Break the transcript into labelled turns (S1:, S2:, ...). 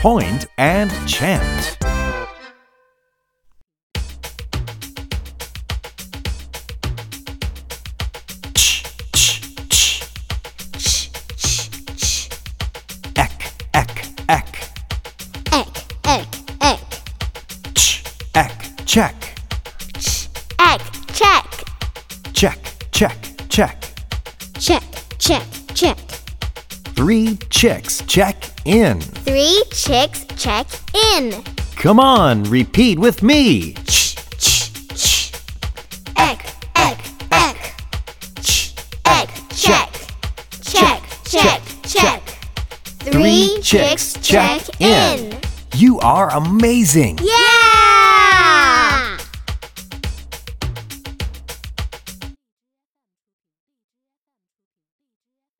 S1: Point and chant. Ek, ek, ek.
S2: Egg, egg, egg.
S1: Ch, ek, check.
S2: Egg, check.
S1: Check, check, check.
S2: Check, check, check.
S1: Three chicks check in.
S2: Three chicks check in.
S1: Come on, repeat with me.
S2: Ch, ch, ch. Egg, egg, egg. Ch, egg, check. Check, check, check. Three chicks check in.
S1: You are amazing.